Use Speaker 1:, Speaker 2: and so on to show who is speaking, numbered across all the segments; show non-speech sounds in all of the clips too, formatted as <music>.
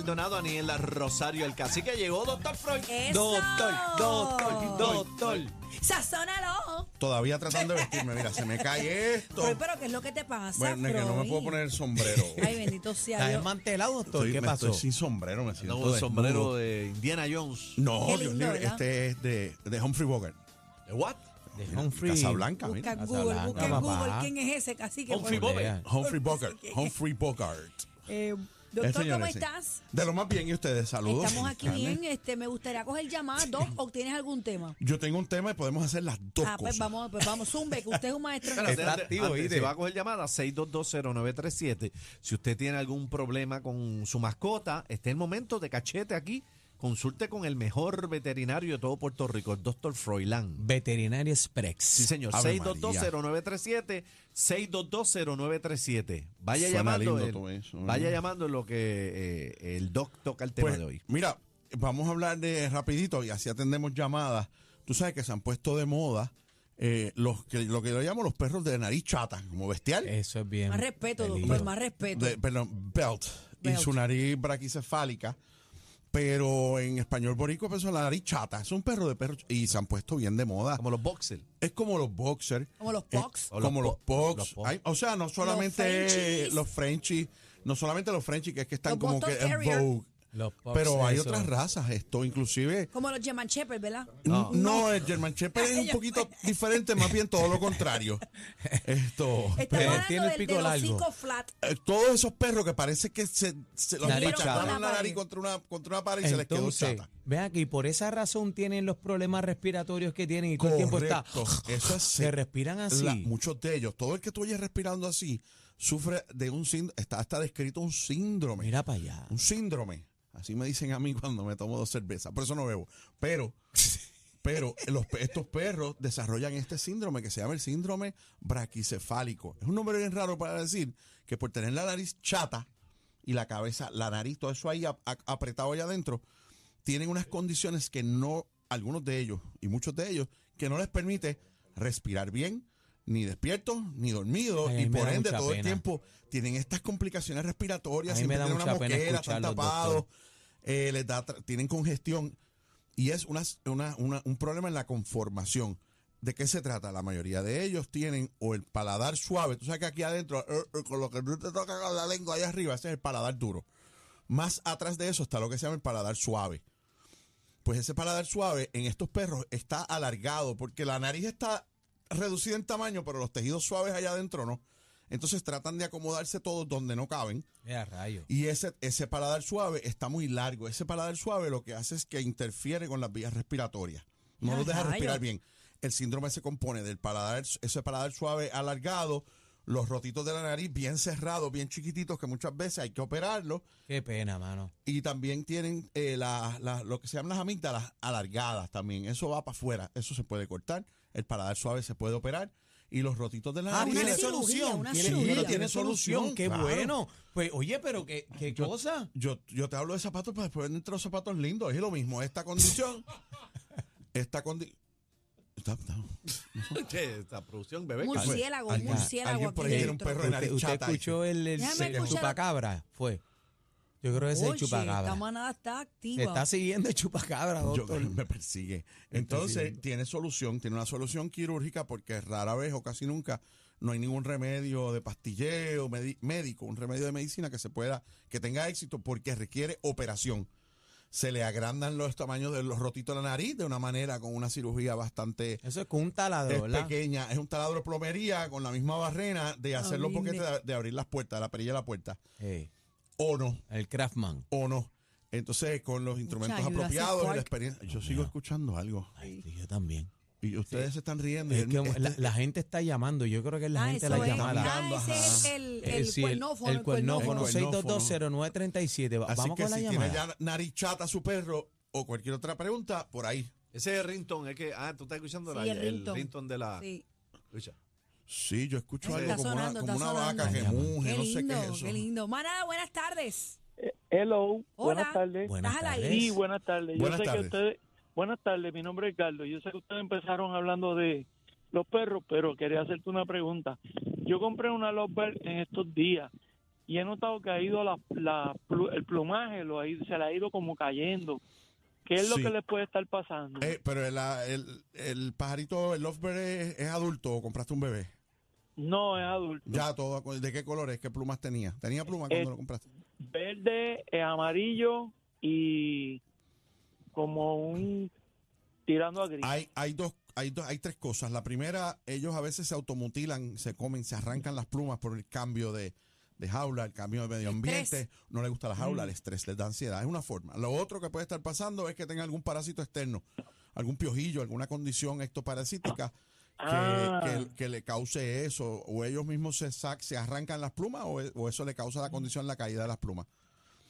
Speaker 1: Maldonado, Aniela Rosario, el cacique llegó, doctor Freud.
Speaker 2: Eso.
Speaker 3: Doctor, doctor, doctor.
Speaker 2: Sazónalo.
Speaker 4: Todavía tratando de vestirme, mira, se me cae esto.
Speaker 2: Oye, pero ¿qué es lo que te pasa?
Speaker 4: Bueno, es que no me
Speaker 2: Freud?
Speaker 4: puedo poner el sombrero.
Speaker 2: Ay,
Speaker 4: <laughs>
Speaker 2: bendito sea
Speaker 3: ¿Estás
Speaker 2: Dios.
Speaker 3: desmantelado, doctor?
Speaker 4: Estoy-
Speaker 3: ¿Qué
Speaker 4: me
Speaker 3: pasó?
Speaker 4: Estoy sin sombrero, me siento
Speaker 1: No, un sombrero
Speaker 4: desnudo.
Speaker 1: de Indiana Jones.
Speaker 4: No,
Speaker 2: Qué
Speaker 4: Dios
Speaker 2: lindo,
Speaker 4: libre,
Speaker 2: ¿verdad?
Speaker 4: este es de, de Humphrey Bogart.
Speaker 1: ¿De what?
Speaker 3: De
Speaker 4: Mira,
Speaker 3: Humphrey.
Speaker 4: Casablanca,
Speaker 2: Busca
Speaker 4: mira.
Speaker 2: en
Speaker 3: Casa
Speaker 2: Google,
Speaker 3: Blanca,
Speaker 2: busca en
Speaker 3: papá.
Speaker 2: Google quién es ese cacique.
Speaker 4: Oh,
Speaker 2: por
Speaker 1: Humphrey
Speaker 2: favor.
Speaker 1: Bogart.
Speaker 2: <laughs>
Speaker 4: Humphrey Bogart.
Speaker 2: Sí.
Speaker 4: Humphrey Bogart.
Speaker 2: Eh,
Speaker 4: Eh,
Speaker 2: doctor, ¿cómo
Speaker 4: señores, sí.
Speaker 2: estás?
Speaker 4: De lo más bien, ¿y ustedes? Saludos.
Speaker 2: Estamos aquí
Speaker 4: Carmen.
Speaker 2: bien. Este, me gustaría coger llamadas, Doc, o tienes algún tema.
Speaker 4: Yo tengo un tema y podemos hacer las dos
Speaker 2: Ah, pues
Speaker 4: cosas.
Speaker 2: vamos, pues vamos, zumbe, que usted es un maestro. en
Speaker 1: Espérate,
Speaker 2: eso.
Speaker 3: Está
Speaker 1: antes-
Speaker 3: activo,
Speaker 1: antes,
Speaker 3: ¿oíste?
Speaker 1: se va a coger llamada 6220937. Si usted tiene algún problema con su mascota, está el momento de cachete aquí. Consulte con el mejor veterinario de todo Puerto Rico, el doctor Froilán.
Speaker 3: Veterinaria Express.
Speaker 1: Sí, señor.
Speaker 4: Ave
Speaker 1: 6220937, 6220937. Vaya
Speaker 4: Suena
Speaker 1: llamando,
Speaker 4: lindo
Speaker 1: el-
Speaker 4: todo eso, ¿eh?
Speaker 1: vaya llamando en lo que eh, el doc toca el tema
Speaker 4: Pues,
Speaker 1: de hoy.
Speaker 4: Mira, vamos a hablar de rapidito y así atendemos llamadas. Tú sabes que se han puesto de moda eh, los que, lo que yo llamo los perros de nariz chata, como bestial.
Speaker 1: Eh,
Speaker 3: Eso es bien.
Speaker 2: Más respeto,
Speaker 3: peligro.
Speaker 2: doctor, más respeto.
Speaker 4: de- perdón, belt,
Speaker 2: Belt.
Speaker 4: y su nariz braquicefálica, pero en español boricua pues, la nariz chata, es un perro de perro ch- y se han puesto bien de moda.
Speaker 1: Como los
Speaker 4: <laughs>
Speaker 1: boxers.
Speaker 4: Es como los boxers.
Speaker 2: Como los
Speaker 4: eh,
Speaker 2: pox.
Speaker 1: O los
Speaker 4: como los
Speaker 1: po- los
Speaker 4: pox.
Speaker 1: pox.
Speaker 4: Hay- o sea, no solamente
Speaker 2: Frenchies.
Speaker 4: los Frenchies, no solamente los Frenchies, que es que están
Speaker 2: Los
Speaker 4: como
Speaker 2: Boston
Speaker 4: que en
Speaker 2: Terrier.
Speaker 4: vogue.
Speaker 3: Los pups
Speaker 4: Pero hay
Speaker 3: esos.
Speaker 4: otras razas, esto inclusive...
Speaker 2: Como los German Shepherd, ¿verdad?
Speaker 4: No, el German Shepherd es un
Speaker 2: Yo-
Speaker 4: poquito diferente, más bien todo lo contrario. Esto...
Speaker 2: Estamos
Speaker 3: Pero
Speaker 2: hablando
Speaker 3: tiene el
Speaker 2: del
Speaker 3: pico
Speaker 2: de los
Speaker 3: largo.
Speaker 2: cinco flat.
Speaker 4: Eh, todos esos perros que parece que se, se los
Speaker 3: Nariz
Speaker 2: chata.
Speaker 4: machacaron la nariz
Speaker 2: Una pared.
Speaker 4: contra una, contra una pared y se les
Speaker 3: Entonces,
Speaker 4: quedó chata.
Speaker 3: vean que y por esa razón tienen los problemas respiratorios que tienen y todo el tiempo está.
Speaker 4: Correcto. Eso es
Speaker 3: Se respiran así.
Speaker 4: la- muchos de ellos, todo el que tú oyes respirando así, sufre de un síndrome, está, está descrito un síndrome.
Speaker 3: Mira para allá.
Speaker 4: Un síndrome. Así me dicen a mí cuando me tomo dos cervezas. Por eso no bebo.
Speaker 3: <laughs>
Speaker 4: Pero, pero los pe- estos perros desarrollan este síndrome que se llama el síndrome braquicefálico. Es un nombre bien raro para decir que por tener la nariz chata y la cabeza, la nariz, todo eso ahí ap- ap- apretado allá adentro, tienen unas condiciones que no, algunos de ellos y muchos de ellos, que no les permite respirar bien, ni despiertos, ni dormidos,
Speaker 3: Ay, a
Speaker 4: y
Speaker 3: mí me
Speaker 4: por
Speaker 3: da
Speaker 4: ende
Speaker 3: mucha
Speaker 4: todo el
Speaker 3: pena.
Speaker 4: tiempo tienen estas complicaciones respiratorias,
Speaker 3: A mí
Speaker 4: siempre
Speaker 3: me da
Speaker 4: tienen una
Speaker 3: mucha pena
Speaker 4: moquera, están
Speaker 3: escucharlos,
Speaker 4: tapados,
Speaker 3: doctor.
Speaker 4: eh, les da tra- tienen congestión, y es una, una- una- un problema en la conformación. ¿De qué se trata? La mayoría de ellos tienen o el paladar suave, tú sabes que aquí adentro, eh, eh, con lo que tú te tocas con la lengua allá arriba, ese es el paladar duro. Más atrás de eso está lo que se llama el paladar suave. Pues ese paladar suave en estos perros está alargado porque la nariz está reducida en tamaño, pero los tejidos suaves allá adentro no. Entonces tratan de acomodarse todos donde no caben.
Speaker 3: Mira, rayo.
Speaker 4: Y ese, ese paladar suave está muy largo. Ese paladar suave lo que hace es que interfiere con las vías respiratorias. No
Speaker 2: Ah,
Speaker 4: los deja
Speaker 2: rayos.
Speaker 4: respirar bien. El síndrome se compone del paladar, ese paladar suave alargado, los rotitos de la nariz bien cerrados, bien chiquititos, que muchas veces hay que operarlos.
Speaker 3: Qué pena, mano.
Speaker 4: Y también tienen eh, la- la- lo que se llaman las amígdalas alargadas también. Eso va para afuera. Eso se puede cortar. El paladar suave se puede operar. Y los rotitos de la
Speaker 2: Ah,
Speaker 4: nariz.
Speaker 2: una
Speaker 4: le-
Speaker 2: cirugía, una
Speaker 3: Tiene,
Speaker 2: cirugía.
Speaker 3: pero
Speaker 4: Tiene
Speaker 3: tiene solución.
Speaker 4: solución,
Speaker 3: Qué
Speaker 4: claro.
Speaker 3: bueno. Pues, oye, pero qué, qué cosa.
Speaker 4: Yo, yo te hablo de zapatos, pero después dentro de los zapatos lindos. Es lo mismo. Esta condición. esta condición.
Speaker 1: <laughs> Esta producción, bebé.
Speaker 4: Murci-
Speaker 2: Murciélago,
Speaker 4: Alguien-
Speaker 2: murciélago
Speaker 4: alguien
Speaker 2: aquí
Speaker 4: por ahí tiene un
Speaker 2: dentro.
Speaker 4: perro de nariz
Speaker 3: Eh, Usted, usted
Speaker 4: chata,
Speaker 3: escuchó el, el,
Speaker 2: Déjame
Speaker 3: el
Speaker 2: escuchar-
Speaker 3: chupacabra. Fue. Yo creo que ese es el
Speaker 2: Oye, esta
Speaker 3: chupacabra.
Speaker 2: manada está
Speaker 3: Se
Speaker 2: activa.
Speaker 3: está siguiendo el chupacabra,
Speaker 4: Yo- <laughs>
Speaker 3: doctor.
Speaker 4: me persigue. Entonces, tiene solución, tiene una solución quirúrgica porque rara vez o casi nunca no hay ningún remedio de pastilleo medi- médico, un remedio de medicina que se pueda, que tenga éxito porque requiere operación. Se le agrandan los tamaños de los rotitos de la nariz de una manera con una cirugía bastante
Speaker 3: Eso es con un taladro,
Speaker 4: es
Speaker 3: ¿verdad?
Speaker 4: pequeña, es un taladro de plomería con la misma barrena de hacer los
Speaker 2: Horrible.
Speaker 4: boquetes de, de abrir las puertas, la perilla de la puerta.
Speaker 3: Eh,
Speaker 4: O no,
Speaker 3: el Craftman.
Speaker 4: o no. Entonces, con los instrumentos
Speaker 2: ayuda,
Speaker 4: apropiados y
Speaker 2: Spark.
Speaker 4: la experiencia. Yo sigo escuchando algo.
Speaker 3: Ay, yo también.
Speaker 4: Y ustedes se están riendo. y
Speaker 3: Es
Speaker 4: él-
Speaker 3: que
Speaker 4: este-
Speaker 3: la, la gente está llamando. Yo creo que es la
Speaker 2: Ah,
Speaker 3: gente
Speaker 2: eso
Speaker 3: la
Speaker 2: es.
Speaker 3: llamada.
Speaker 2: Ah, ese es el, el,
Speaker 3: Eh,
Speaker 2: el
Speaker 3: sí,
Speaker 2: cuernófono.
Speaker 3: el cuernófono,
Speaker 4: El cuernófono.
Speaker 3: 6220937. Va-
Speaker 4: así
Speaker 3: Vamos
Speaker 4: que
Speaker 3: con la
Speaker 4: si
Speaker 3: llamada.
Speaker 4: tiene ya nariz chata su perro o cualquier otra pregunta, por ahí.
Speaker 1: Ese es el ringtone, es que, ah, tú estás escuchando
Speaker 2: Sí,
Speaker 1: la-
Speaker 2: el
Speaker 1: el,
Speaker 2: ringtone.
Speaker 1: ringtone de la...
Speaker 2: Sí.
Speaker 1: Escucha.
Speaker 4: Sí, yo escucho
Speaker 2: Está
Speaker 4: algo como
Speaker 2: sonando,
Speaker 4: una, como
Speaker 2: está
Speaker 4: una vaca que
Speaker 3: sonando.
Speaker 4: muge,
Speaker 2: Qué
Speaker 4: no sé qué
Speaker 2: lindo,
Speaker 4: es eso.
Speaker 2: qué lindo. Manada, buenas tardes.
Speaker 5: Eh, Hello,
Speaker 2: Hola.
Speaker 5: buenas tardes.
Speaker 3: Buenas
Speaker 2: Estás al
Speaker 3: tardes.
Speaker 2: aire.
Speaker 5: Sí, buenas tardes. Yo
Speaker 4: Buenas
Speaker 5: sé
Speaker 4: tardes.
Speaker 5: que ustedes, buenas tardes, mi nombre es Carlos. Yo sé que ustedes empezaron hablando de los perros, pero quería hacerte una pregunta. Yo compré una Lovebird en estos días y he notado que ha ido la, la plu- el plumaje, lo ha ido- se le ha ido como cayendo. ¿Qué es lo
Speaker 4: Sí.
Speaker 5: que le puede estar pasando?
Speaker 4: Eh, pero el, ah, el, el pajarito, el lovebird es, es adulto o compraste un bebé.
Speaker 5: No, es adulto.
Speaker 4: Ya todo. ¿De qué colores? ¿Qué plumas tenía? ¿Tenía plumas cuando
Speaker 5: Eh,
Speaker 4: lo compraste?
Speaker 5: Verde, eh, amarillo y como un tirando a gris.
Speaker 4: Hay, hay dos, hay dos, hay tres cosas. La primera, ellos a veces se automutilan, se comen, se arrancan las plumas por el cambio de, de jaula, el cambio de medio ambiente. No les gusta la jaula, el estrés les da ansiedad. Es una forma. Lo otro que puede estar pasando es que tengan algún parásito externo, algún piojillo, alguna condición ectoparasítica. Que,
Speaker 5: Ah.
Speaker 4: que- que le cause eso, o ellos mismos se, sac, se arrancan las plumas, o, e- o eso le causa la condición, la caída de las plumas.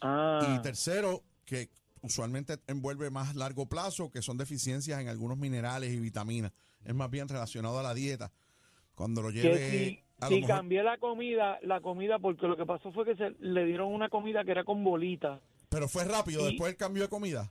Speaker 5: Ah.
Speaker 4: Y tercero, que usualmente envuelve más largo plazo, que son deficiencias en algunos minerales y vitaminas. Es más bien relacionado a la dieta. Cuando lo
Speaker 5: que
Speaker 4: lleve
Speaker 5: si,
Speaker 4: a
Speaker 5: si
Speaker 4: lo mejor-
Speaker 5: cambié la comida, la comida, porque lo que pasó fue que se le dieron una comida que era con bolitas.
Speaker 4: Pero fue rápido,
Speaker 5: y-
Speaker 4: después el cambio de comida.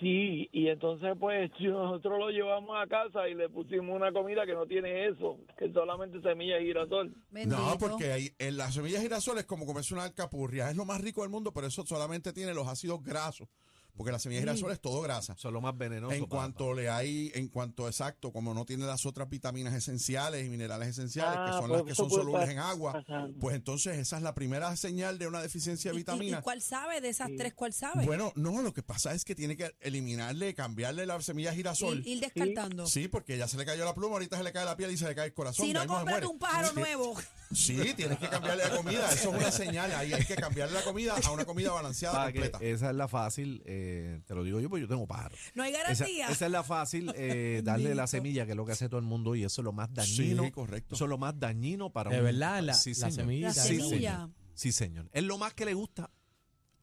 Speaker 5: Sí, y entonces pues <laughs> nosotros lo llevamos a casa y le pusimos una comida que no tiene eso, que solamente semilla y girasol.
Speaker 4: No, porque ahí, en las semillas de girasol es como comerse una alcapurria. Es lo más rico del mundo, pero eso solamente tiene los ácidos grasos. Porque la semilla de girasol es todo grasa.
Speaker 1: Son lo más venenoso.
Speaker 4: en
Speaker 1: papá.
Speaker 4: cuanto le hay, en cuanto exacto, como no tiene las otras vitaminas esenciales y minerales esenciales, que
Speaker 5: Ah,
Speaker 4: son
Speaker 5: pues
Speaker 4: las que
Speaker 5: eso
Speaker 4: son
Speaker 5: puede
Speaker 4: solubles
Speaker 5: pas-
Speaker 4: en agua,
Speaker 5: pasar.
Speaker 4: pues entonces esa es la primera señal de una deficiencia de
Speaker 2: ¿Y- y- ¿Y,
Speaker 4: vitamina.
Speaker 2: cuál sabe de esas tres? ¿Cuál sabe?
Speaker 4: Bueno, no, lo que pasa es que tiene que eliminarle, cambiarle la semilla de girasol.
Speaker 2: ir, ir descartando.
Speaker 4: Sí, porque ya se le cayó la pluma, ahorita se le cae la piel y se le cae el corazón.
Speaker 2: si
Speaker 4: de
Speaker 2: no,
Speaker 4: ahí no se
Speaker 2: cómprate
Speaker 4: muere.
Speaker 2: un pájaro
Speaker 4: Sí,
Speaker 2: nuevo.
Speaker 4: Sí, tienes que cambiarle la comida, eso es una señal, ahí hay que cambiarle la comida a una comida balanceada
Speaker 1: Pa' que
Speaker 4: completa.
Speaker 1: esa es la fácil, eh, te lo digo yo, porque yo tengo pájaro.
Speaker 2: No hay
Speaker 1: Esa,
Speaker 2: garantía.
Speaker 1: esa es la
Speaker 2: <laughs>
Speaker 1: fácil, eh, darle la semilla, que es lo que hace todo el mundo, y eso es lo más dañino.
Speaker 4: Sí, correcto.
Speaker 1: Eso es lo más dañino para
Speaker 3: De
Speaker 1: un-
Speaker 3: verdad, la-
Speaker 1: sí,
Speaker 3: la
Speaker 1: señor.
Speaker 3: semillita,
Speaker 2: La
Speaker 1: Sí, señor.
Speaker 2: semilla.
Speaker 1: Sí, señor. Es lo más que le gusta.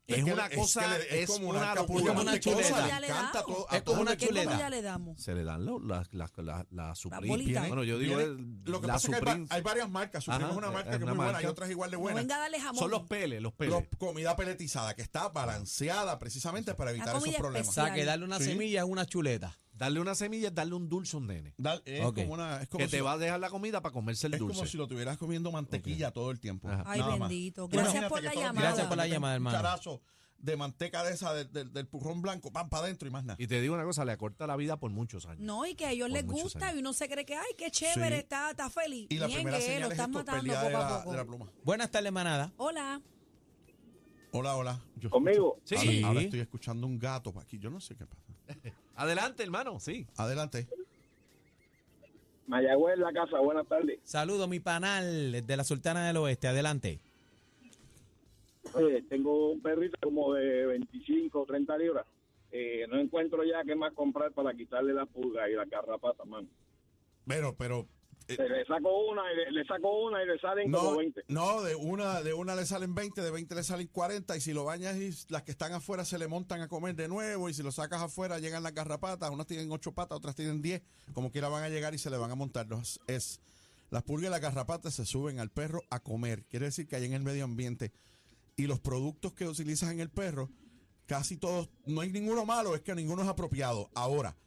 Speaker 1: Es,
Speaker 4: que
Speaker 1: una
Speaker 4: le-
Speaker 1: cosa,
Speaker 4: que
Speaker 1: es,
Speaker 4: le- como una
Speaker 1: locura.
Speaker 4: alcapurria
Speaker 3: Es como una
Speaker 4: mantecosa,
Speaker 3: chuleta.
Speaker 4: le encanta a todo- a
Speaker 3: Es como
Speaker 4: todo
Speaker 3: una
Speaker 4: el
Speaker 2: ¿Qué
Speaker 4: mundo.
Speaker 3: chuleta.
Speaker 2: comida le damos?
Speaker 1: Se le dan lo- las las las- las Supreme.
Speaker 2: bolita. ¿eh?
Speaker 1: Bueno, yo digo
Speaker 4: Viene-
Speaker 1: el-
Speaker 4: lo que
Speaker 1: la
Speaker 4: pasa es que hay,
Speaker 1: Supreme.
Speaker 4: va- hay varias marcas. Supreme
Speaker 1: Ajá,
Speaker 4: es una marca
Speaker 1: es
Speaker 4: que es
Speaker 1: una
Speaker 4: muy buena
Speaker 1: marca.
Speaker 4: y otras igual de
Speaker 2: No
Speaker 4: buenas.
Speaker 2: venga a darle jamón.
Speaker 1: Son los peles, los peles.
Speaker 4: Los- comida peletizada que está balanceada precisamente para evitar esos
Speaker 2: comida
Speaker 3: O
Speaker 4: problemas.
Speaker 2: especial.
Speaker 3: sea, que darle una
Speaker 4: Sí.
Speaker 3: semilla es una chuleta.
Speaker 1: Darle una semilla es darle un dulce a un nene.
Speaker 4: Dal- es
Speaker 3: Ok.
Speaker 4: como una- es como
Speaker 1: Que te
Speaker 4: si-
Speaker 1: va a dejar la comida para comerse el
Speaker 4: es como
Speaker 1: dulce.
Speaker 4: si lo tuvieras comiendo mantequilla todo el tiempo.
Speaker 1: Ajá.
Speaker 2: Ay,
Speaker 4: Nada más.
Speaker 2: bendito.
Speaker 4: Tú
Speaker 2: Gracias
Speaker 4: imagínate
Speaker 2: por
Speaker 4: que
Speaker 2: la
Speaker 4: todos los días
Speaker 2: llamada.
Speaker 3: Gracias por la
Speaker 4: te metes
Speaker 3: llamada,
Speaker 4: un
Speaker 3: hermano.
Speaker 4: cucharazo de manteca de esa, de- de- del purrón blanco, pam, para adentro y más nada.
Speaker 1: Y te digo una cosa, le acorta la vida por muchos años.
Speaker 2: No, y que a ellos
Speaker 1: Por
Speaker 2: les
Speaker 1: muchos
Speaker 2: gusta
Speaker 1: años.
Speaker 2: y uno se cree que, ay, qué chévere,
Speaker 4: Sí.
Speaker 2: está, está feliz.
Speaker 4: Y la
Speaker 2: Bien,
Speaker 4: primera
Speaker 2: que
Speaker 4: señal
Speaker 2: lo
Speaker 4: es
Speaker 2: están
Speaker 4: esto,
Speaker 2: matando
Speaker 4: pelea
Speaker 2: poco
Speaker 4: de la,
Speaker 2: a poco.
Speaker 4: de la pluma.
Speaker 3: Buenas tardes, manada.
Speaker 2: Hola.
Speaker 4: Hola, hola. Yo
Speaker 5: Conmigo.
Speaker 1: Sí.
Speaker 4: escucho- Ahora, ahora estoy escuchando un gato aquí. Yo no sé qué pasa.
Speaker 1: Adelante, hermano, sí.
Speaker 4: Adelante.
Speaker 6: Mayagüez, la casa, buenas tardes.
Speaker 3: Saludo, mi panal de la Sultana del Oeste. Adelante.
Speaker 6: Oye, Eh, tengo un perrito como de 25 o 30 libras. Eh, no encuentro ya qué más comprar para quitarle las pulgas y las garrapatas, man.
Speaker 4: Bueno, pero eh,
Speaker 6: Eh, Le saco una y le, le saco una y le salen
Speaker 4: No,
Speaker 6: como 20.
Speaker 4: no de, una, de una le salen 20, de 20 le salen 40 y si lo bañas y las que están afuera se le montan a comer de nuevo y si lo sacas afuera llegan las garrapatas, unas tienen 8 patas, otras tienen 10, como quiera van a llegar y se le van a montar. Los, es, las pulgas y las garrapatas se suben al perro a comer, quiere decir que hay en el medio ambiente y los productos que utilizas en el perro, casi todos, no hay ninguno malo, es que ninguno es apropiado. Ahora,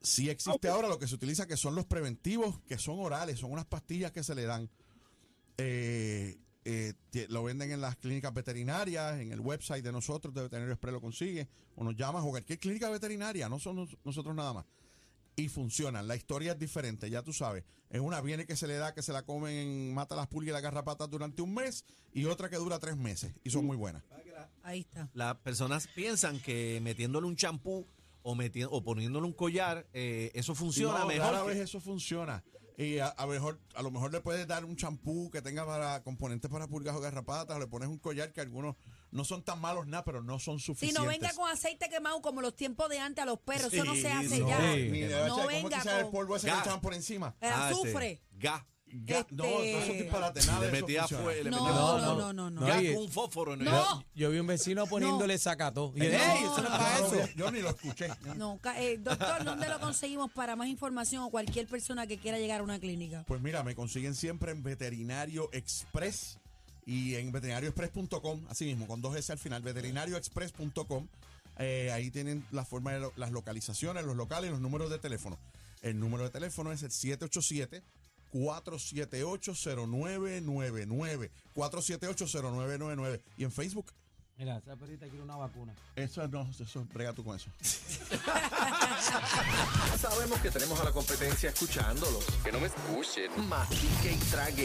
Speaker 4: si existe ahora lo que se utiliza que son los preventivos, que son orales, son unas pastillas que se le dan. Eh, eh, ti- lo venden en las clínicas veterinarias, en el website de nosotros, de Veterinario Express lo consigue, o nos llamas, o cualquier clínica veterinaria, no son nos- nosotros nada más. Y funcionan, la historia es diferente, ya tú sabes. Es una viene que se le da, que se la comen, en- mata las pulgas y las garrapatas durante un mes, y otra que dura tres meses, y son muy buenas.
Speaker 2: Ahí está.
Speaker 1: Las personas piensan que metiéndole un champú o, meti- o poniéndole un collar, eh, eso funciona
Speaker 4: No,
Speaker 1: mejor.
Speaker 4: Rara
Speaker 1: que-
Speaker 4: vez eso funciona. Y a, a mejor, a lo mejor le puedes dar un champú que tenga para componentes para pulgas o garrapatas, o le pones un collar que algunos no son tan malos nada, pero no son
Speaker 2: Si
Speaker 4: suficientes.
Speaker 2: no venga con aceite quemado como los tiempos de antes a los perros, eso no se hace
Speaker 1: no.
Speaker 2: ya.
Speaker 1: Sí.
Speaker 4: Ni
Speaker 1: No
Speaker 4: de bache, ¿cómo
Speaker 2: venga
Speaker 4: que se llama el
Speaker 2: con-
Speaker 4: polvo ese que
Speaker 1: Ya.
Speaker 4: le echaban por encima?
Speaker 2: El
Speaker 1: Ah, sí.
Speaker 2: azufre.
Speaker 1: Ga.
Speaker 4: Ya, No,
Speaker 2: Este-
Speaker 4: no, eso es disparate, nada
Speaker 1: Le
Speaker 4: de eso
Speaker 1: metía
Speaker 4: funciona.
Speaker 1: fue- le
Speaker 2: No,
Speaker 1: metía-
Speaker 2: no, no, no, no.
Speaker 1: Ga
Speaker 3: Oye.
Speaker 1: con un fósforo. en el-
Speaker 2: No.
Speaker 3: Yo vi un vecino poniéndole sacató. Y yo,
Speaker 4: Eh, no,
Speaker 3: ¡Ey, eso no es
Speaker 4: no,
Speaker 3: para
Speaker 4: no,
Speaker 3: eso!
Speaker 4: yo- Yo ni lo escuché.
Speaker 2: No, ca- eh, doctor, ¿dónde lo conseguimos para más información o cualquier persona que quiera llegar a una clínica?
Speaker 4: Pues mira, me consiguen siempre en Veterinario Express y en veterinarioexpress.com, así mismo, con dos S al final, veterinarioexpress.com. Eh, ahí tienen la forma de lo- las localizaciones, los locales, los números de teléfono. El número de teléfono es el 787 478-0999. 478-0999. Y en Facebook,
Speaker 3: Mira, esa perrita quiere una vacuna.
Speaker 4: eso no, eso, brega tú con eso.
Speaker 7: Sabemos que tenemos a la competencia escuchándolos. Que no me escuchen. Mastique y trague.